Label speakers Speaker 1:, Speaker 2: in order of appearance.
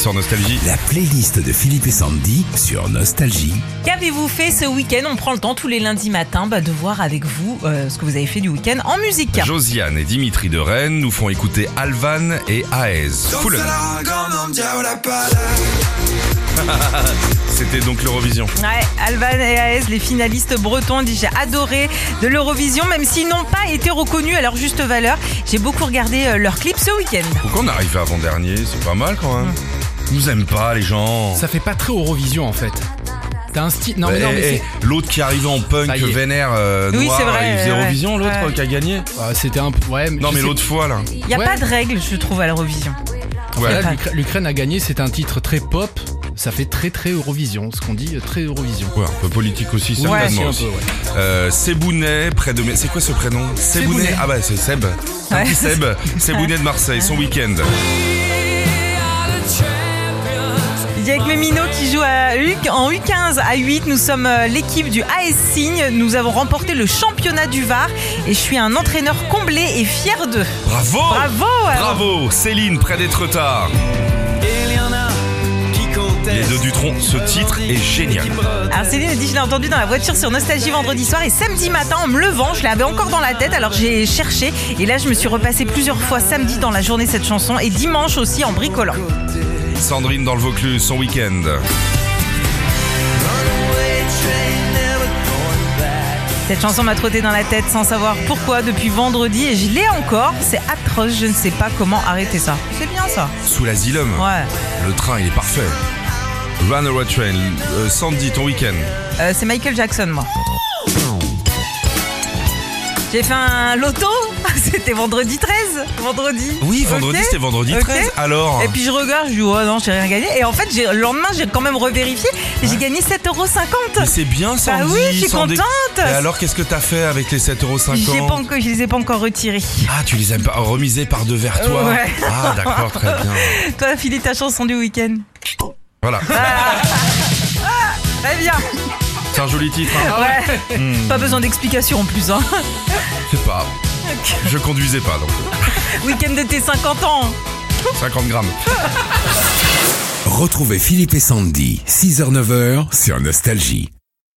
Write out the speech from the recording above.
Speaker 1: Sur Nostalgie.
Speaker 2: La playlist de Philippe et Sandy sur Nostalgie.
Speaker 3: Qu'avez-vous fait ce week-end On prend le temps tous les lundis matins bah, de voir avec vous euh, ce que vous avez fait du week-end en musique.
Speaker 1: Josiane et Dimitri de Rennes nous font écouter Alvan et Aez. Full on. C'était donc l'Eurovision.
Speaker 3: Ouais, Alban et Aes, les finalistes bretons, dit j'ai adoré de l'Eurovision, même s'ils n'ont pas été reconnus à leur juste valeur. J'ai beaucoup regardé euh, leurs clips ce week-end.
Speaker 1: Pourquoi on arrive avant-dernier C'est pas mal quand même. Ils nous aiment pas les gens.
Speaker 4: Ça fait pas très Eurovision en fait. T'as un style. Non, mais
Speaker 1: Eh,
Speaker 4: non, mais
Speaker 1: eh,
Speaker 4: c'est-
Speaker 1: L'autre qui arrivait en punk
Speaker 4: Ça y est.
Speaker 1: vénère euh,
Speaker 3: Oui,
Speaker 1: noir,
Speaker 3: c'est vrai,
Speaker 1: il faisait
Speaker 3: ouais, ouais.
Speaker 1: Eurovision, l'autre
Speaker 3: Ouais.
Speaker 1: euh, qui a gagné.
Speaker 4: Ah, C'était un. peu- Ouais, mais
Speaker 1: Non
Speaker 4: je
Speaker 1: mais
Speaker 4: sais-
Speaker 1: l'autre fois là.
Speaker 3: Il n'y a
Speaker 4: Ouais.
Speaker 3: pas de règle, je trouve, à l'Eurovision.
Speaker 1: Ouais.
Speaker 4: Là,
Speaker 3: Enfin,
Speaker 4: l'Ukra- L'Ukraine a gagné, c'est un titre très pop. Ça fait très très Eurovision, ce qu'on dit, euh, très Eurovision.
Speaker 1: Ouais, un peu politique aussi,
Speaker 4: Ouais,
Speaker 1: certainement.
Speaker 4: si, un
Speaker 1: aussi.
Speaker 4: peu, ouais.
Speaker 1: Euh, Sebounet, près de. mes- C'est quoi ce prénom Sebounet.
Speaker 4: Sebounet.
Speaker 1: Ah bah c'est Seb. Un
Speaker 3: Ouais.
Speaker 1: petit Seb. Sebounet de Marseille, son week-end.
Speaker 3: Il y a avec mes minots qui joue à U- en U15 à 8. Nous sommes euh, l'équipe du AS Signe. Nous avons remporté le championnat du Var et je suis un entraîneur comblé et fier d'eux.
Speaker 1: Bravo
Speaker 3: Bravo alors.
Speaker 1: Bravo Céline, près d'être tard. Les deux du tronc, ce titre est génial.
Speaker 3: Alors Céline dit je l'ai entendu dans la voiture sur Nostalgie vendredi soir et samedi matin en me levant, je l'avais encore dans la tête alors j'ai cherché et là je me suis repassé plusieurs fois samedi dans la journée cette chanson et dimanche aussi en bricolant.
Speaker 1: Sandrine dans le Vaucluse, son week-end.
Speaker 3: Cette chanson m'a trotté dans la tête sans savoir pourquoi depuis vendredi et je l'ai encore, c'est atroce, je ne sais pas comment arrêter ça. C'est bien ça.
Speaker 1: Sous l'asylum.
Speaker 3: Ouais.
Speaker 1: Le train, il est parfait. Runaway Train, euh, Sandy, ton week-end.
Speaker 3: Euh, c'est Michael Jackson moi. J'ai fait un loto, c'était vendredi 13, vendredi.
Speaker 1: Oui, vendredi,
Speaker 3: Ok.
Speaker 1: c'était vendredi
Speaker 3: Ok.
Speaker 1: 13. Alors
Speaker 3: Et puis je regarde, je dis, oh non, j'ai rien gagné. Et en fait, j'ai- le lendemain, j'ai quand même revérifié. J'ai gagné 7,50€.
Speaker 1: Mais c'est bien,
Speaker 3: Bah
Speaker 1: Sandy.
Speaker 3: oui, je suis
Speaker 1: sans dé-
Speaker 3: contente.
Speaker 1: Et alors, qu'est-ce que t'as fait avec les
Speaker 3: Je les ai
Speaker 1: 7,50€
Speaker 3: pas encore- je les ai pas encore retirés.
Speaker 1: Ah, tu les as pas remisés par devers toi
Speaker 3: Ouais.
Speaker 1: Ah, d'accord, très bien.
Speaker 3: Toi, filer ta chanson du week-end.
Speaker 1: Voilà,
Speaker 3: Bah. Très bien.
Speaker 1: c'est un joli titre. hein.
Speaker 3: Ah Ouais. Pas besoin d'explication en plus. Hein.
Speaker 1: Je sais pas. Je conduisais pas, donc
Speaker 3: week-end de tes 50 ans.
Speaker 1: 50 grammes.
Speaker 2: Retrouvez Philippe et Sandy, 6h-9h sur Nostalgie.